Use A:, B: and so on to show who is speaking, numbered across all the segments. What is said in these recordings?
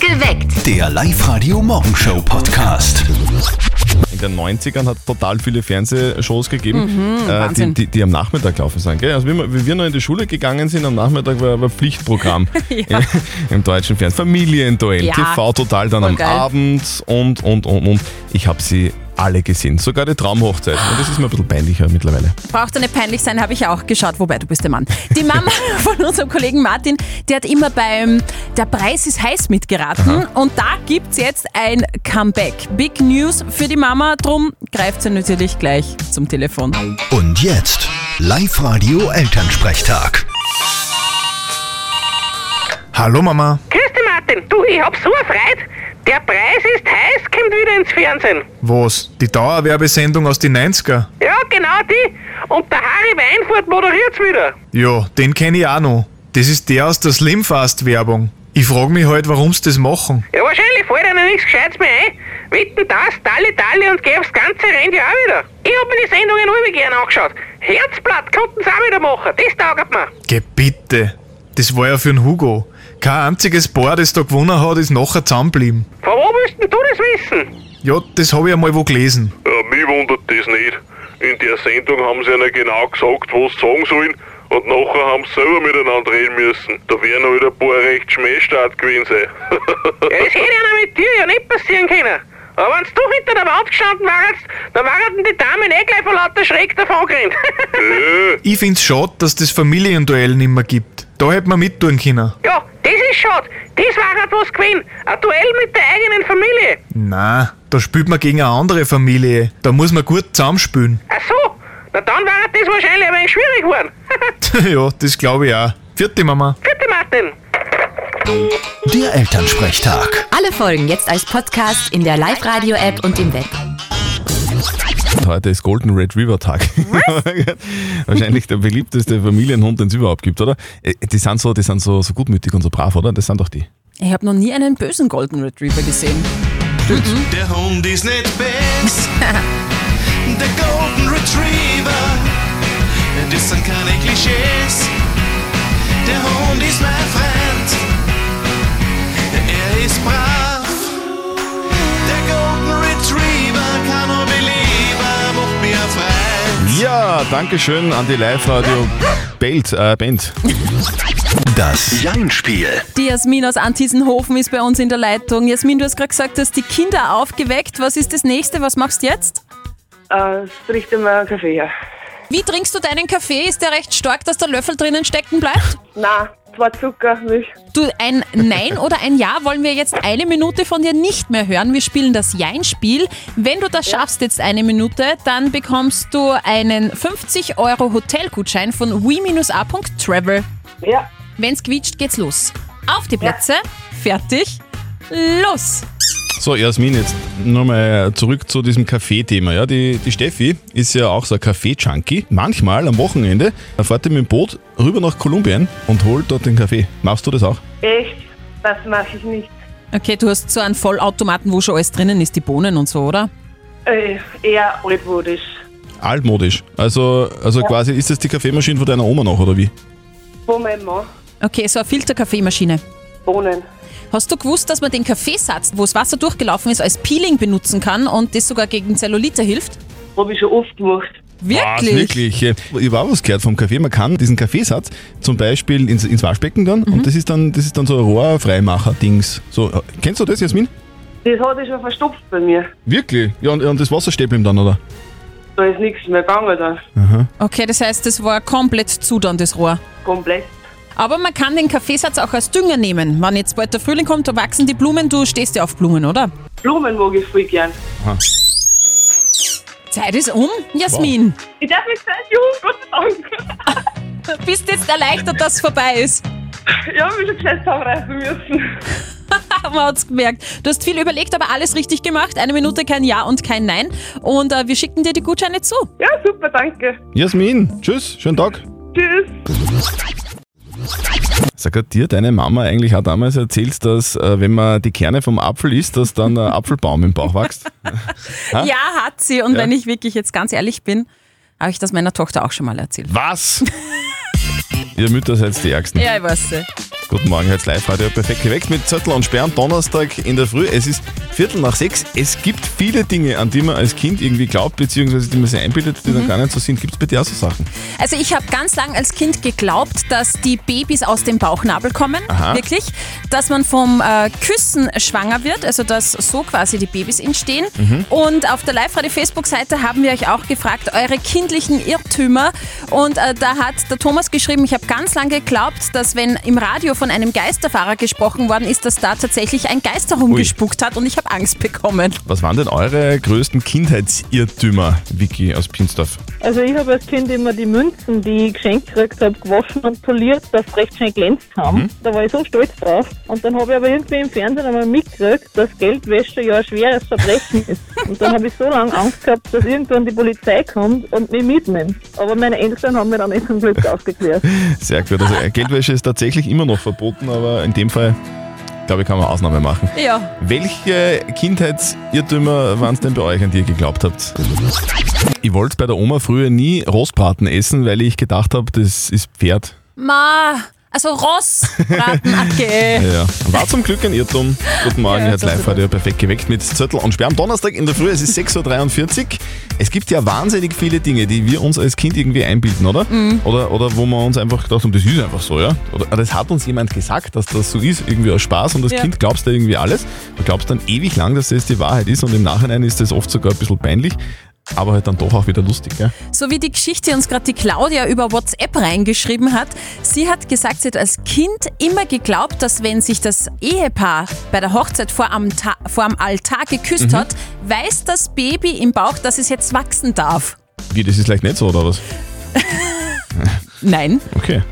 A: Geweckt.
B: Der Live-Radio-Morgenshow-Podcast.
C: In den 90ern hat es total viele Fernsehshows gegeben, äh, die,
D: Mhm, Wahnsinn.
C: die, die am Nachmittag laufen sind. Gell? Also wie, wir- wie wir noch in die Schule gegangen sind, am Nachmittag war aber Pflichtprogramm im, im deutschen Fernsehen. Familienduell,
D: Ja.
C: TV Total dann
D: Voll
C: am
D: geil.
C: Abend und, und, und, und. Ich habe sie alle gesehen, sogar die Traumhochzeit. Und das ist mir ein bisschen peinlicher mittlerweile.
D: Braucht ja nicht peinlich sein, habe ich auch geschaut, wobei du bist der Mann. Die Mama von unserem Kollegen Martin, die hat immer beim Der Preis ist heiß mitgeraten und da gibt es jetzt ein Comeback. Big News für die Mama, drum greift sie natürlich gleich zum Telefon.
B: Und jetzt Live-Radio Elternsprechtag.
E: Hallo Mama.
F: Grüß dich, Martin. Du, ich hab so erfreut. Der Preis ist heiß, kommt wieder ins Fernsehen.
E: Was? Die Dauerwerbesendung aus den 90er?
F: Ja, genau die. Und der Harry Weinfurt moderiert's wieder.
E: Ja, den kenne ich auch noch. Das ist der aus der Slimfast-Werbung. Ich frage mich halt, warum sie das machen.
F: Ja, wahrscheinlich fällt einer nichts Gescheites mehr ein. Wetten das, Dalli Dalli und gäb's das ganze Rennjahr auch wieder. Ich hab mir die Sendungen immer gern angeschaut. Herzblatt konnten's auch wieder machen. Das taugt mir.
E: Geh bitte. Das war ja für den Hugo. Kein einziges Paar, das da gewonnen hat, ist nachher zusammengeblieben.
F: Von wo willst denn du das wissen?
E: Ja, das habe ich einmal wo gelesen.
G: Ja, mich wundert das nicht. In der Sendung haben sie ihnen genau gesagt, was sie sagen sollen und nachher haben sie selber miteinander reden müssen. Da wären halt ein paar recht Schmähstart gewesen sein.
F: Ja, das hätte einer mit dir ja nicht passieren können. Aber wenn's du hinter der Wand gestanden warst, dann waren die Damen eh gleich vor lauter Schreck davon gerannt.
G: äh,
E: Ich find's schade, dass das Familienduell nicht mehr gibt. Da hätte man mittun können.
F: Ja, das ist schade. Das war halt was gewesen. Ein Duell mit der eigenen Familie.
E: Na, da spielt man gegen eine andere Familie. Da muss man gut zusammenspülen.
F: Ach so, na dann war das wahrscheinlich ein wenig schwierig geworden.
E: ja, das glaube ich auch. Vierte Mama.
F: Bitte, Martin.
B: Der Elternsprechtag.
H: Alle Folgen jetzt als Podcast in der Live-Radio-App und im Web.
C: Und Heute ist Golden Red River Tag. Wahrscheinlich der beliebteste Familienhund, den es überhaupt gibt, oder? Äh, Die sind, so, die sind so, so gutmütig und so brav, oder? Das sind doch die.
D: Ich habe noch nie einen bösen Golden Retriever gesehen.
I: Der Hund ist nicht böse. Der Golden Retriever. Das sind keine Klischees. Der Hund ist mein Freund. Er ist brav. Der Golden Retriever kann nur belieben. Macht mir frei.
C: Ja, Dankeschön an die Live-Radio Belt, äh, Band.
B: Das Jein-Spiel.
D: Die Jasmin aus Antisenhofen ist bei uns in der Leitung. Jasmin, du hast gerade gesagt, du hast die Kinder aufgeweckt. Was ist das nächste? Was machst du jetzt?
F: Äh, trich dir mal einen Kaffee her.
D: Wie trinkst du deinen Kaffee? Ist der recht stark, dass der Löffel drinnen stecken bleibt?
F: Nein, zwei Zucker, Milch.
D: Du, ein Nein oder ein Ja wollen wir jetzt eine Minute von dir nicht mehr hören. Wir spielen das Jein-Spiel. Wenn du das schaffst, jetzt eine Minute, dann bekommst du einen 50 Euro Hotelgutschein von we-a.travel.
F: Ja.
D: Wenn's quietscht, geht's los. Auf die Plätze, fertig, los!
C: So, Jasmin, jetzt nochmal zurück zu diesem Kaffee-Thema. Ja, die, die Steffi ist ja auch so ein Kaffee-Junkie. Manchmal am Wochenende äh, fährt ihr mit dem Boot rüber nach Kolumbien und holt dort den Kaffee. Machst du das auch?
F: Echt? Das mache ich nicht.
D: Okay, du hast so einen Vollautomaten, wo schon alles drinnen ist, die Bohnen und so, oder?
F: Äh, eher altmodisch.
C: Altmodisch. Also, also quasi ist das die Kaffeemaschine von deiner Oma noch, oder wie?
F: Von meinem Mann.
D: Okay, so eine Filterkaffeemaschine.
F: Bohnen.
D: Hast du gewusst, dass man den Kaffeesatz, wo das Wasser durchgelaufen ist, als Peeling benutzen kann und das sogar gegen Zellulite hilft?
F: Habe ich schon oft gemacht.
D: Wirklich?
C: Was, wirklich? ja. Ich habe auch was gehört vom Kaffee. Man kann diesen Kaffeesatz zum Beispiel ins, ins Waschbecken dann und das ist dann, das ist dann so ein Rohrfreimacher-Dings. So, äh, kennst du das, Jasmin?
F: Das hat ich schon verstopft bei mir.
C: Wirklich? Ja, und, und das Wasser steht ihm dann, oder?
F: Da ist nichts mehr gegangen da.
D: Okay, das heißt, das war komplett zu dann, das Rohr.
F: Komplett.
D: Aber man kann den Kaffeesatz auch als Dünger nehmen. Wenn jetzt bald der Frühling kommt, da wachsen die Blumen, du stehst ja auf Blumen, oder?
F: Blumen mag ich voll gern.
D: Zeit ist um, Jasmin.
F: Ich darf mich sein, Junge, Gott sei
D: Bist jetzt erleichtert, dass es vorbei ist.
F: Dank. Ja, wir schon gescheit zusammenreißen müssen.
D: Man hat's gemerkt. Du hast viel überlegt, aber alles richtig gemacht. Eine Minute kein Ja und kein Nein. Und äh, wir schicken dir die Gutscheine zu.
F: Ja, super, danke.
C: Jasmin, tschüss, schönen Tag.
F: Tschüss.
C: Sag hat dir deine Mama eigentlich auch damals erzählt, dass äh, wenn man die Kerne vom Apfel isst, dass dann ein Apfelbaum im Bauch wächst? Ah.
D: Ja, hat sie. Und
C: Ja.
D: wenn ich wirklich jetzt ganz ehrlich bin, habe ich das meiner Tochter auch schon mal erzählt.
C: Was? Ihr Mütter seid die Ärgsten.
D: Ja, ich weiß. sie.
C: Guten Morgen, heute live Radio perfekt geweckt mit Zettel und Sperr am Donnerstag in der Früh. Es ist Viertel nach sechs. Es gibt viele Dinge, an die man als Kind irgendwie glaubt, beziehungsweise die man sich einbildet, die dann gar nicht so sind. Gibt es bei dir auch so Sachen?
D: Also ich habe ganz lang als Kind geglaubt, dass die Babys aus dem Bauchnabel kommen,
C: Aha.
D: wirklich, dass man vom äh, Küssen schwanger wird, also dass so quasi die Babys entstehen. Und auf der Live-Radio-Facebook-Seite haben wir euch auch gefragt, eure kindlichen Irrtümer. Und äh, da hat der Thomas geschrieben, ich habe ganz lange geglaubt, dass wenn im Radio von einem Geisterfahrer gesprochen worden ist, dass da tatsächlich ein Geister rumgespuckt hat und ich habe Angst bekommen.
C: Was waren denn eure größten Kindheitsirrtümer, Vicky aus Pinsdorf?
F: Also ich habe als Kind immer die Münzen, die ich geschenkt gekriegt habe, gewaschen und poliert, dass sie recht schön glänzt haben. Da war ich so stolz drauf. Und dann habe ich aber irgendwie im Fernsehen einmal mitgekriegt, dass Geldwäsche ja ein schweres Verbrechen ist. Und dann habe ich so lange Angst gehabt, dass irgendwann die Polizei kommt und mich mitnimmt. Aber meine Eltern haben mich dann eh zum Glück aufgeklärt.
C: Sehr gut. Also äh, Geldwäsche ist tatsächlich immer noch verboten, aber in dem Fall, glaube ich, kann man Ausnahme machen.
D: Ja.
C: Welche Kindheitsirrtümer waren es denn bei euch, an die ihr geglaubt habt? Ich wollte bei der Oma früher nie Rostbraten essen, weil ich gedacht habe, das ist Pferd.
D: Ma, also Ross, Braten, okay.
C: Ja. War zum Glück ein Irrtum. Guten Morgen,
D: Ja,
C: jetzt
D: das
C: live radio perfekt geweckt mit Zettel und Sperr. Am Donnerstag in der Früh, es ist 6.43 Uhr. Es gibt ja wahnsinnig viele Dinge, die wir uns als Kind irgendwie einbilden, oder?
D: Mhm.
C: Oder, oder wo wir uns einfach gedacht haben, das ist einfach so, ja? Oder das hat uns jemand gesagt, dass das so ist, irgendwie aus Spaß und als
D: Ja.
C: Kind glaubst du irgendwie alles und glaubst dann ewig lang, dass das die Wahrheit ist und im Nachhinein ist das oft sogar ein bisschen peinlich. Aber halt dann doch auch wieder lustig, gell?
D: So wie die Geschichte die uns gerade die Claudia über WhatsApp reingeschrieben hat. Sie hat gesagt, sie hat als Kind immer geglaubt, dass wenn sich das Ehepaar bei der Hochzeit vor am, Ta vor am Altar geküsst hat, weiß das Baby im Bauch, dass es jetzt wachsen darf.
C: Wie, das ist vielleicht nicht so, oder was?
D: Nein.
C: Okay.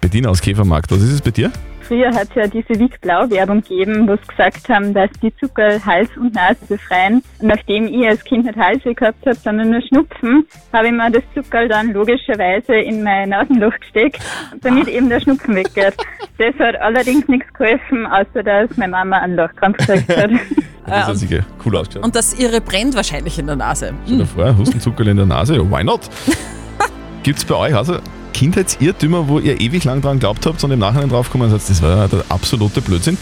C: Bediener aus Käfermarkt, was ist es bei dir?
F: Früher hat ja diese Vic Blau Werbung gegeben, wo sie gesagt haben, dass die Zucker Hals und Nase befreien. Und nachdem ich als Kind nicht Halsweh gehabt habe, sondern nur Schnupfen, habe ich mir das Zucker dann logischerweise in mein Nasenloch gesteckt, damit eben der Schnupfen weggeht. Das hat allerdings nichts geholfen, außer dass meine Mama einen Lochkrampf gekriegt hat.
D: Äh,
C: Das hat sich ja cool ausgeschaut.
D: Und das ihre brennt wahrscheinlich in der Nase.
C: Stell dir vor, Hustenzuckerl in der Nase, ja, why not? Gibt es bei euch also Kindheitsirrtümer, wo ihr ewig lang dran glaubt habt und im Nachhinein draufgekommen seid, das war ja der absolute Blödsinn?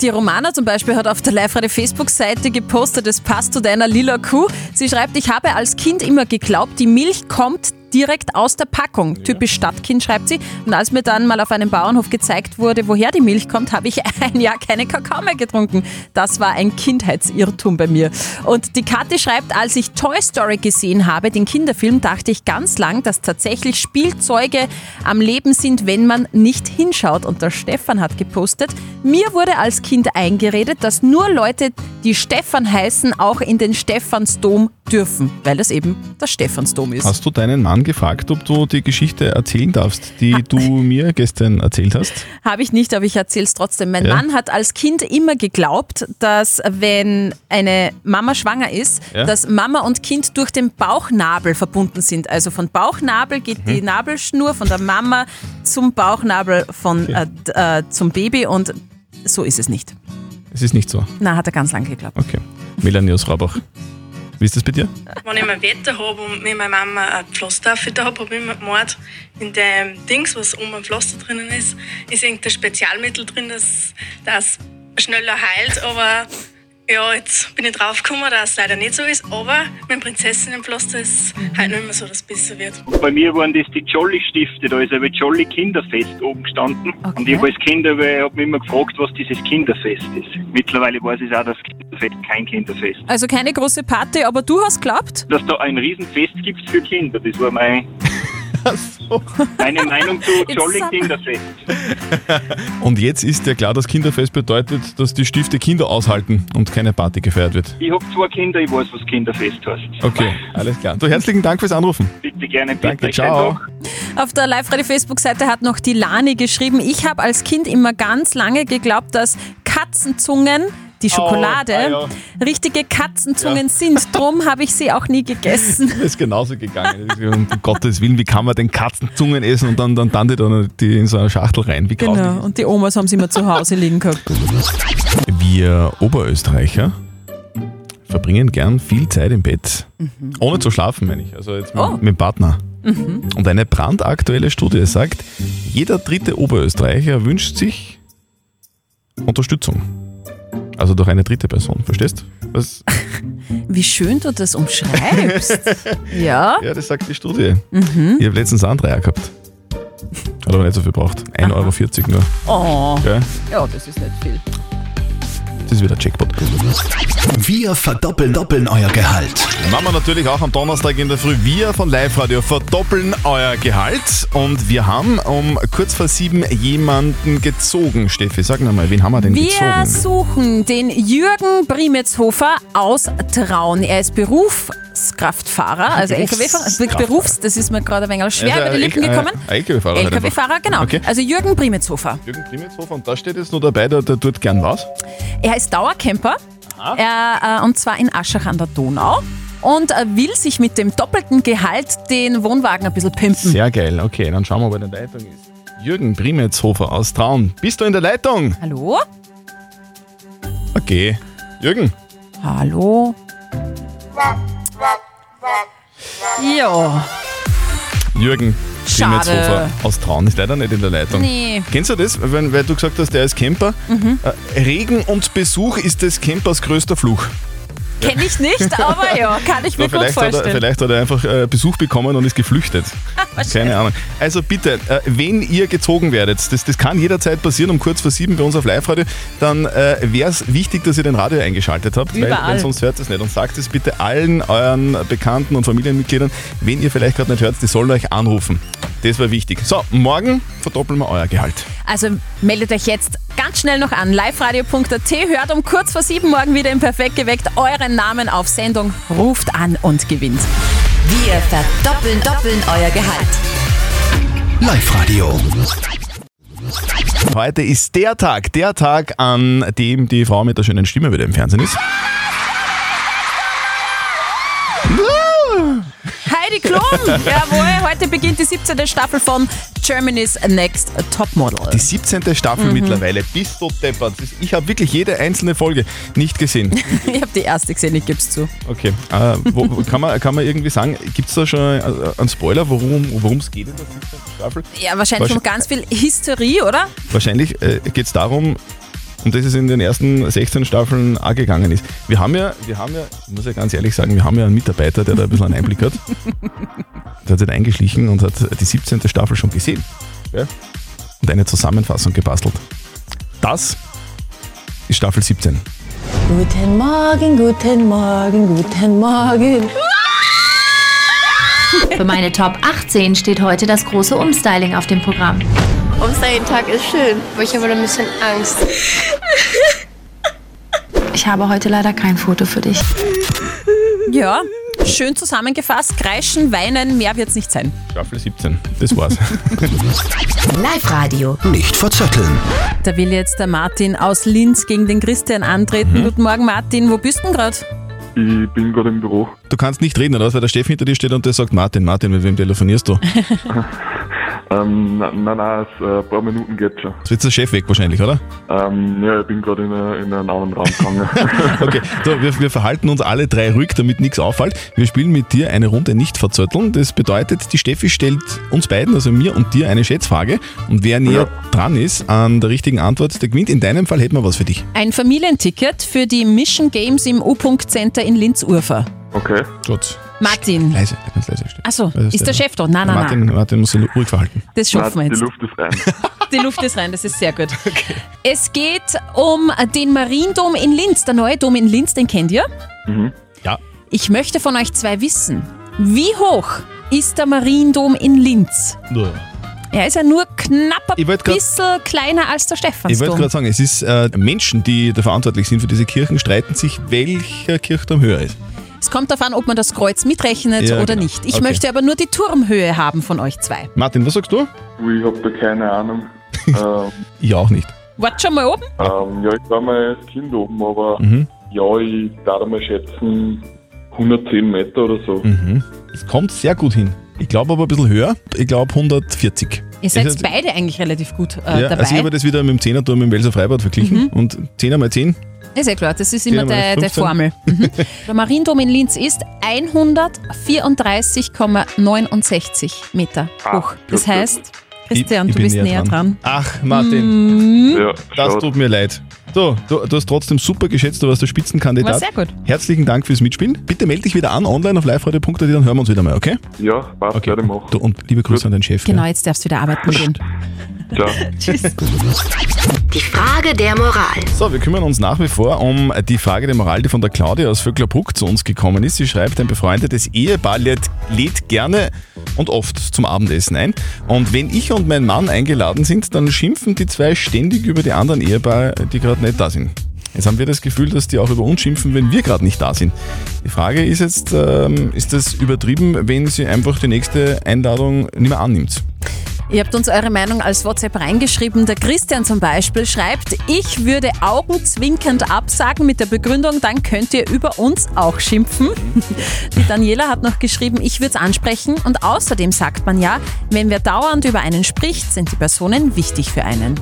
D: Die Romana zum Beispiel hat auf der Live-Radio-Facebook-Seite gepostet, es passt zu deiner lila Kuh. Sie schreibt, ich habe als Kind immer geglaubt, die Milch kommt direkt aus der Packung. Typisch Stadtkind, schreibt sie. Und als mir dann mal auf einem Bauernhof gezeigt wurde, woher die Milch kommt, habe ich ein Jahr keine Kakao mehr getrunken. Das war ein Kindheitsirrtum bei mir. Und die Kathi schreibt, als ich Toy Story gesehen habe, den Kinderfilm, dachte ich ganz lang, dass tatsächlich Spielzeuge am Leben sind, wenn man nicht hinschaut. Und der Stefan hat gepostet, mir wurde als Kind eingeredet, dass nur Leute, die Stefan heißen, auch in den Stephansdom dürfen, weil das eben der Stephansdom ist.
C: Hast du deinen Mann gefragt, ob du die Geschichte erzählen darfst, die du mir gestern erzählt hast?
D: Habe ich nicht, aber ich erzähle es trotzdem. Mein
C: Ja.
D: Mann hat als Kind immer geglaubt, dass wenn eine Mama schwanger ist,
C: Ja.
D: dass Mama und Kind durch den Bauchnabel verbunden sind. Also von Bauchnabel geht
C: Mhm.
D: die Nabelschnur von der Mama zum Bauchnabel von, äh, d- äh, zum Baby und so ist es nicht.
C: Es ist nicht so.
D: Na, hat er ganz lang geglaubt.
C: Okay. Melanie aus Raubach. Wie ist das bei dir?
F: Wenn ich mein Wetter habe und mir meine Mama ein Pflaster da habe, habe ich mir gemalt, in dem Dings, was oben am Pflaster drinnen ist, ist irgendein Spezialmittel drin, das, das schneller heilt. Aber ja, jetzt bin ich draufgekommen, dass es leider nicht so ist. Aber mein Prinzessinnenpflaster ist halt nicht mehr so, dass es besser wird.
J: Bei mir waren das die Jolly-Stifte, da ist aber Jolly Kinderfest oben gestanden.
D: Okay.
J: Und ich habe als Kind aber- ich hab mich immer gefragt, was dieses Kinderfest ist. Mittlerweile weiß ich auch, dass Kinderfest kein Kinderfest ist.
D: Also keine große Party, aber du hast glaubt?
J: Dass da ein Riesenfest gibt für Kinder, das war mein,
C: So.
J: meine Meinung zu
D: Jetzt
J: Jolly
D: sind wir-
J: Kinderfest.
C: Und jetzt ist ja klar, dass Kinderfest bedeutet, dass die Stifte Kinder aushalten und keine Party gefeiert wird.
J: Ich habe zwei Kinder, ich weiß, was Kinderfest heißt.
C: Okay, alles klar. Du, herzlichen Dank fürs Anrufen.
J: Bitte gerne, bitte.
C: Danke,
J: schönen
C: ciao.
J: Tag.
D: Auf der Live-Radio-Facebook-Seite hat noch die Lani geschrieben, ich habe als Kind immer ganz lange geglaubt, dass Katzenzungen, die Schokolade,
C: ah
D: richtige Katzenzungen sind. Drum habe ich sie auch nie gegessen.
C: ist genauso gegangen. Das ist, um Gottes Willen, wie kann man denn Katzenzungen essen und dann, dann, dann die, dann die in so eine Schachtel rein? Wie grauslich
D: Genau, und die Omas haben sie immer zu Hause liegen gehabt.
C: ist das? Wir Oberösterreicher verbringen gern viel Zeit im Bett. Ohne zu schlafen, meine ich. Also jetzt mit,
D: Mhm. Oh. Mhm.
C: mit dem Partner. Und eine brandaktuelle Studie sagt, jeder dritte Oberösterreicher wünscht sich Unterstützung. Also durch eine dritte Person, verstehst? Was?
D: Wie schön du das umschreibst. ja.
C: Ja, das sagt die Studie. Ich habe letztens auch einen Dreier gehabt. Hat aber nicht so viel gebraucht. 1,40 Euro nur.
D: Oh.
C: Gell?
D: Ja, das ist nicht viel.
C: Das ist wieder Jackpot.
B: Wir verdoppeln doppeln euer Gehalt.
C: Machen wir natürlich auch am Donnerstag in der Früh. Wir von Live Radio verdoppeln euer Gehalt. Und wir haben um kurz vor sieben jemanden gezogen. Steffi, sag noch mal, wen haben wir denn
D: Wir
C: gezogen?
D: suchen den Jürgen Brimitzhofer aus Traun. Er ist Berufskraftfahrer, also LKW-Fahrer.
C: Berufskraftfahrer.
D: Berufs, das ist mir gerade ein wenig schwer über
C: Also,
D: die
C: äh,
D: Lippen gekommen.
C: LKW-Fahrer. halt einfach.
D: LKW-Fahrer, genau.
C: Okay.
D: Also Jürgen Brimitzhofer.
C: Jürgen Primitzhofer, und da steht jetzt nur dabei, der, der tut gern was.
D: Er ist Dauercamper er, äh, und zwar in Aschach an der Donau und äh, will sich mit dem doppelten Gehalt den Wohnwagen ein bisschen pimpen.
C: Sehr geil. Okay, dann schauen wir, wer in der Leitung ist. Jürgen Primitzhofer aus Traun. Bist du in der Leitung?
D: Hallo?
C: Okay. Jürgen?
D: Hallo? Ja.
C: Jürgen
D: Schade.
C: Primitzhofer aus Traun ist leider nicht in der Leitung.
D: Nee. Mhm.
C: Kennst du das, wenn, weil du gesagt hast, der ist Camper? Äh, Regen und Besuch ist des Campers größter Fluch.
D: Kenne ich nicht, aber ja, kann ich mir
C: Ja,
D: gut
C: vielleicht, hat er,
D: vorstellen.
C: vielleicht hat er einfach äh, Besuch bekommen und ist geflüchtet. Keine Ahnung. Also bitte, äh, wenn ihr gezogen werdet, das, das kann jederzeit passieren, um kurz vor sieben bei uns auf Live-Radio, dann äh, wäre es wichtig, dass ihr den Radio eingeschaltet habt, weil,
D: Überall.
C: weil sonst hört ihr es nicht. Und sagt es bitte allen euren Bekannten und Familienmitgliedern, wen ihr vielleicht gerade nicht hört, die sollen euch anrufen. Das war wichtig. So, morgen verdoppeln wir euer Gehalt.
D: Also meldet euch jetzt ganz schnell noch an. liveradio.at hört um kurz vor sieben morgen wieder im Perfekt geweckt euren Namen auf Sendung, ruft an und gewinnt.
A: Wir verdoppeln doppeln euer Gehalt.
B: Live-Radio.
C: Heute ist der Tag, der Tag, an dem die Frau mit der schönen Stimme wieder im Fernsehen ist.
D: Heidi Klum, jawohl, heute beginnt die 17. Staffel von Germany's Next Topmodel.
C: Die 17. Staffel mittlerweile. Bist du deppert. Das- Ich habe wirklich jede einzelne Folge nicht gesehen.
D: Ich habe die erste gesehen, ich gebe es zu.
C: Okay. Äh, wo, wo- kann, man, kann man irgendwie sagen, gibt es da schon äh, einen Spoiler, worum es geht in der 17. Staffel?
D: Ja, wahrscheinlich
C: Wahrsch-
D: um ganz viel Hysterie, oder?
C: Wahrscheinlich äh, geht es darum, und das ist in den ersten 16 Staffeln auch gegangen ist. Wir haben ja, wir haben ja, ich muss ja ganz ehrlich sagen, wir haben ja einen Mitarbeiter, der da ein bisschen einen Einblick hat. Der hat sich da eingeschlichen und hat die 17. Staffel schon gesehen. Ja? Und eine Zusammenfassung gebastelt. Das ist Staffel 17.
K: Guten Morgen, guten Morgen, guten Morgen.
A: Für meine Top 18 steht heute das große Umstyling auf dem Programm.
L: Tag ist schön. Aber ich habe ein bisschen Angst.
A: Ich habe heute leider kein Foto für dich.
D: Ja, schön zusammengefasst, kreischen, weinen, mehr wird es nicht sein.
C: Staffel 17. Das war's.
A: Live-Radio.
B: Nicht verzetteln.
D: Da will jetzt der Martin aus Linz gegen den Christian antreten.
C: Mhm.
D: Guten Morgen, Martin, wo bist du denn gerade?
C: Ich bin gerade im Büro. Du kannst nicht reden, oder was? Weil der Steff hinter dir steht und der sagt, Martin, Martin, mit wem telefonierst du?
G: Ähm, na- nein, nein, es, äh, ein paar Minuten geht schon.
C: Jetzt wird der Chef weg wahrscheinlich, oder?
G: Ähm, ja, ich bin gerade in, eine- in einen anderen Raum gegangen.
C: Okay, so, wir, wir verhalten uns alle drei ruhig, damit nichts auffällt. Wir spielen mit dir eine Runde nicht verzötteln. Das bedeutet, die Steffi stellt uns beiden, also mir und dir, eine Schätzfrage. Und wer näher dran ist an der richtigen Antwort, der gewinnt. In deinem Fall hätten wir was für dich.
D: Ein Familienticket für die Mission Games im U-Punkt Center in Linz-Urfer.
C: Okay. Gut.
D: Martin.
C: Leise, ganz leise. stehen.
D: Achso,
C: Leise
D: ist der
C: stehen.
D: Chef da? Nein, nein,
C: Martin,
D: nein.
C: Martin muss sich ruhig verhalten.
D: Das schaffen wir jetzt.
G: Die Luft ist rein.
D: Die Luft ist rein, das ist sehr gut. Es geht um den Mariendom in Linz, der neue Dom in Linz, den kennt ihr.
G: Mhm.
C: Ja.
D: Ich möchte von euch zwei wissen, wie hoch ist der Mariendom in Linz? Er ist ja nur knapp ein
C: Ich wollt grad-
D: bisschen kleiner als der
C: Ich wollte
D: Stephansdom.
C: gerade sagen, es ist äh, Menschen, die da verantwortlich sind für diese Kirchen, streiten sich, welcher Kirchturm höher ist.
D: Es kommt darauf an, ob man das Kreuz mitrechnet
C: Ja,
D: oder
C: genau.
D: nicht. Ich
C: Okay.
D: möchte aber nur die Turmhöhe haben von euch zwei.
C: Martin, was sagst du?
G: Ich habe da keine Ahnung. ähm,
C: Ich auch nicht.
D: Wart schon mal oben?
G: ähm, ja, ich war mal als Kind oben, aber
C: Mhm.
G: ja, ich darf mal schätzen 110 Meter oder so.
C: Mhm. Es kommt sehr gut hin. Ich glaube aber ein bisschen höher. Ich glaube 140.
D: Ihr seid
C: Also,
D: beide eigentlich relativ gut äh,
C: ja,
D: dabei. Mhm.
C: Also ich habe das wieder mit dem Zehnerturm im Welser Freibad verglichen. Und 10 mal 10
D: Ist ja klar, das ist
C: Gehen
D: immer
C: wir mal
D: die die
C: 15.
D: Formel. Mhm. Der Mariendom in Linz ist 134,69 Meter hoch. Das heißt, Christian,
C: Ich- ich
D: du
C: bin
D: bist näher dran.
C: Ach,
D: Mhm.
C: Martin. das tut mir leid. So, du, du hast trotzdem super geschätzt, du warst der Spitzenkandidat.
D: War sehr gut.
C: Herzlichen Dank fürs Mitspielen. Bitte melde dich wieder an online auf liveradio.at, dann hören wir uns wieder mal, okay?
G: Ja, passt, okay. werde ich machen.
C: Du, und liebe Grüße an deinen Chef.
D: Genau, jetzt darfst du wieder arbeiten gehen.
G: Ciao.
A: Die Frage der Moral.
C: So, wir kümmern uns nach wie vor um die Frage der Moral, die von der Claudia aus Vöcklerbruck zu uns gekommen ist. Sie schreibt, ein befreundetes Ehepaar lädt, lädt gerne und oft zum Abendessen ein. Und wenn ich und mein Mann eingeladen sind, dann schimpfen die zwei ständig über die anderen Ehepaare, die gerade nicht da sind. Jetzt haben wir das Gefühl, dass die auch über uns schimpfen, wenn wir gerade nicht da sind. Die Frage ist jetzt, ähm, ist das übertrieben, wenn sie einfach die nächste Einladung nicht mehr annimmt?
D: Ihr habt uns eure Meinung als WhatsApp reingeschrieben. Der Christian zum Beispiel schreibt, ich würde augenzwinkend absagen mit der Begründung, dann könnt ihr über uns auch schimpfen. Die Daniela hat noch geschrieben, ich würde es ansprechen. Und außerdem sagt man ja, wenn wer dauernd über einen spricht, sind die Personen wichtig für einen.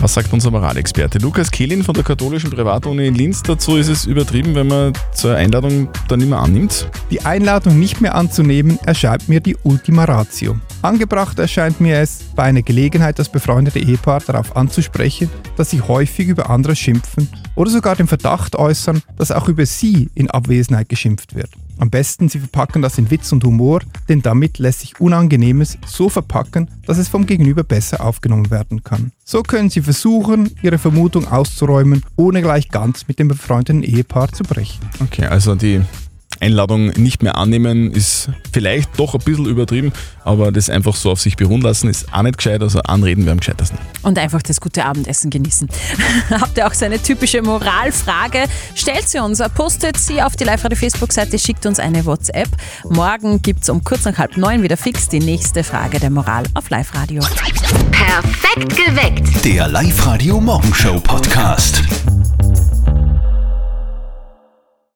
C: Was sagt unser Moralexperte Lukas Kehlin von der katholischen Privatuni in Linz dazu? Ist es übertrieben, wenn man zur Einladung dann nicht mehr annimmt?
E: Die Einladung nicht mehr anzunehmen erscheint mir die Ultima Ratio. Angebracht erscheint mir es, bei einer Gelegenheit das befreundete Ehepaar darauf anzusprechen, dass sie häufig über andere schimpfen oder sogar den Verdacht äußern, dass auch über sie in Abwesenheit geschimpft wird. Am besten, sie verpacken das in Witz und Humor, denn damit lässt sich Unangenehmes so verpacken, dass es vom Gegenüber besser aufgenommen werden kann. So können sie versuchen, ihre Vermutung auszuräumen, ohne gleich ganz mit dem befreundeten Ehepaar zu brechen.
C: Okay, also die Einladung nicht mehr annehmen ist vielleicht doch ein bisschen übertrieben, aber das einfach so auf sich beruhen lassen ist auch nicht gescheit, also anreden wäre am gescheitesten.
D: Und einfach das gute Abendessen genießen. Habt ihr auch so eine typische Moralfrage? Stellt sie uns, postet sie auf die Live-Radio-Facebook-Seite, schickt uns eine WhatsApp. Morgen gibt's um kurz nach halb neun wieder fix die nächste Frage der Moral auf Live-Radio.
A: Perfekt geweckt.
B: Der Live-Radio Morgenshow Podcast.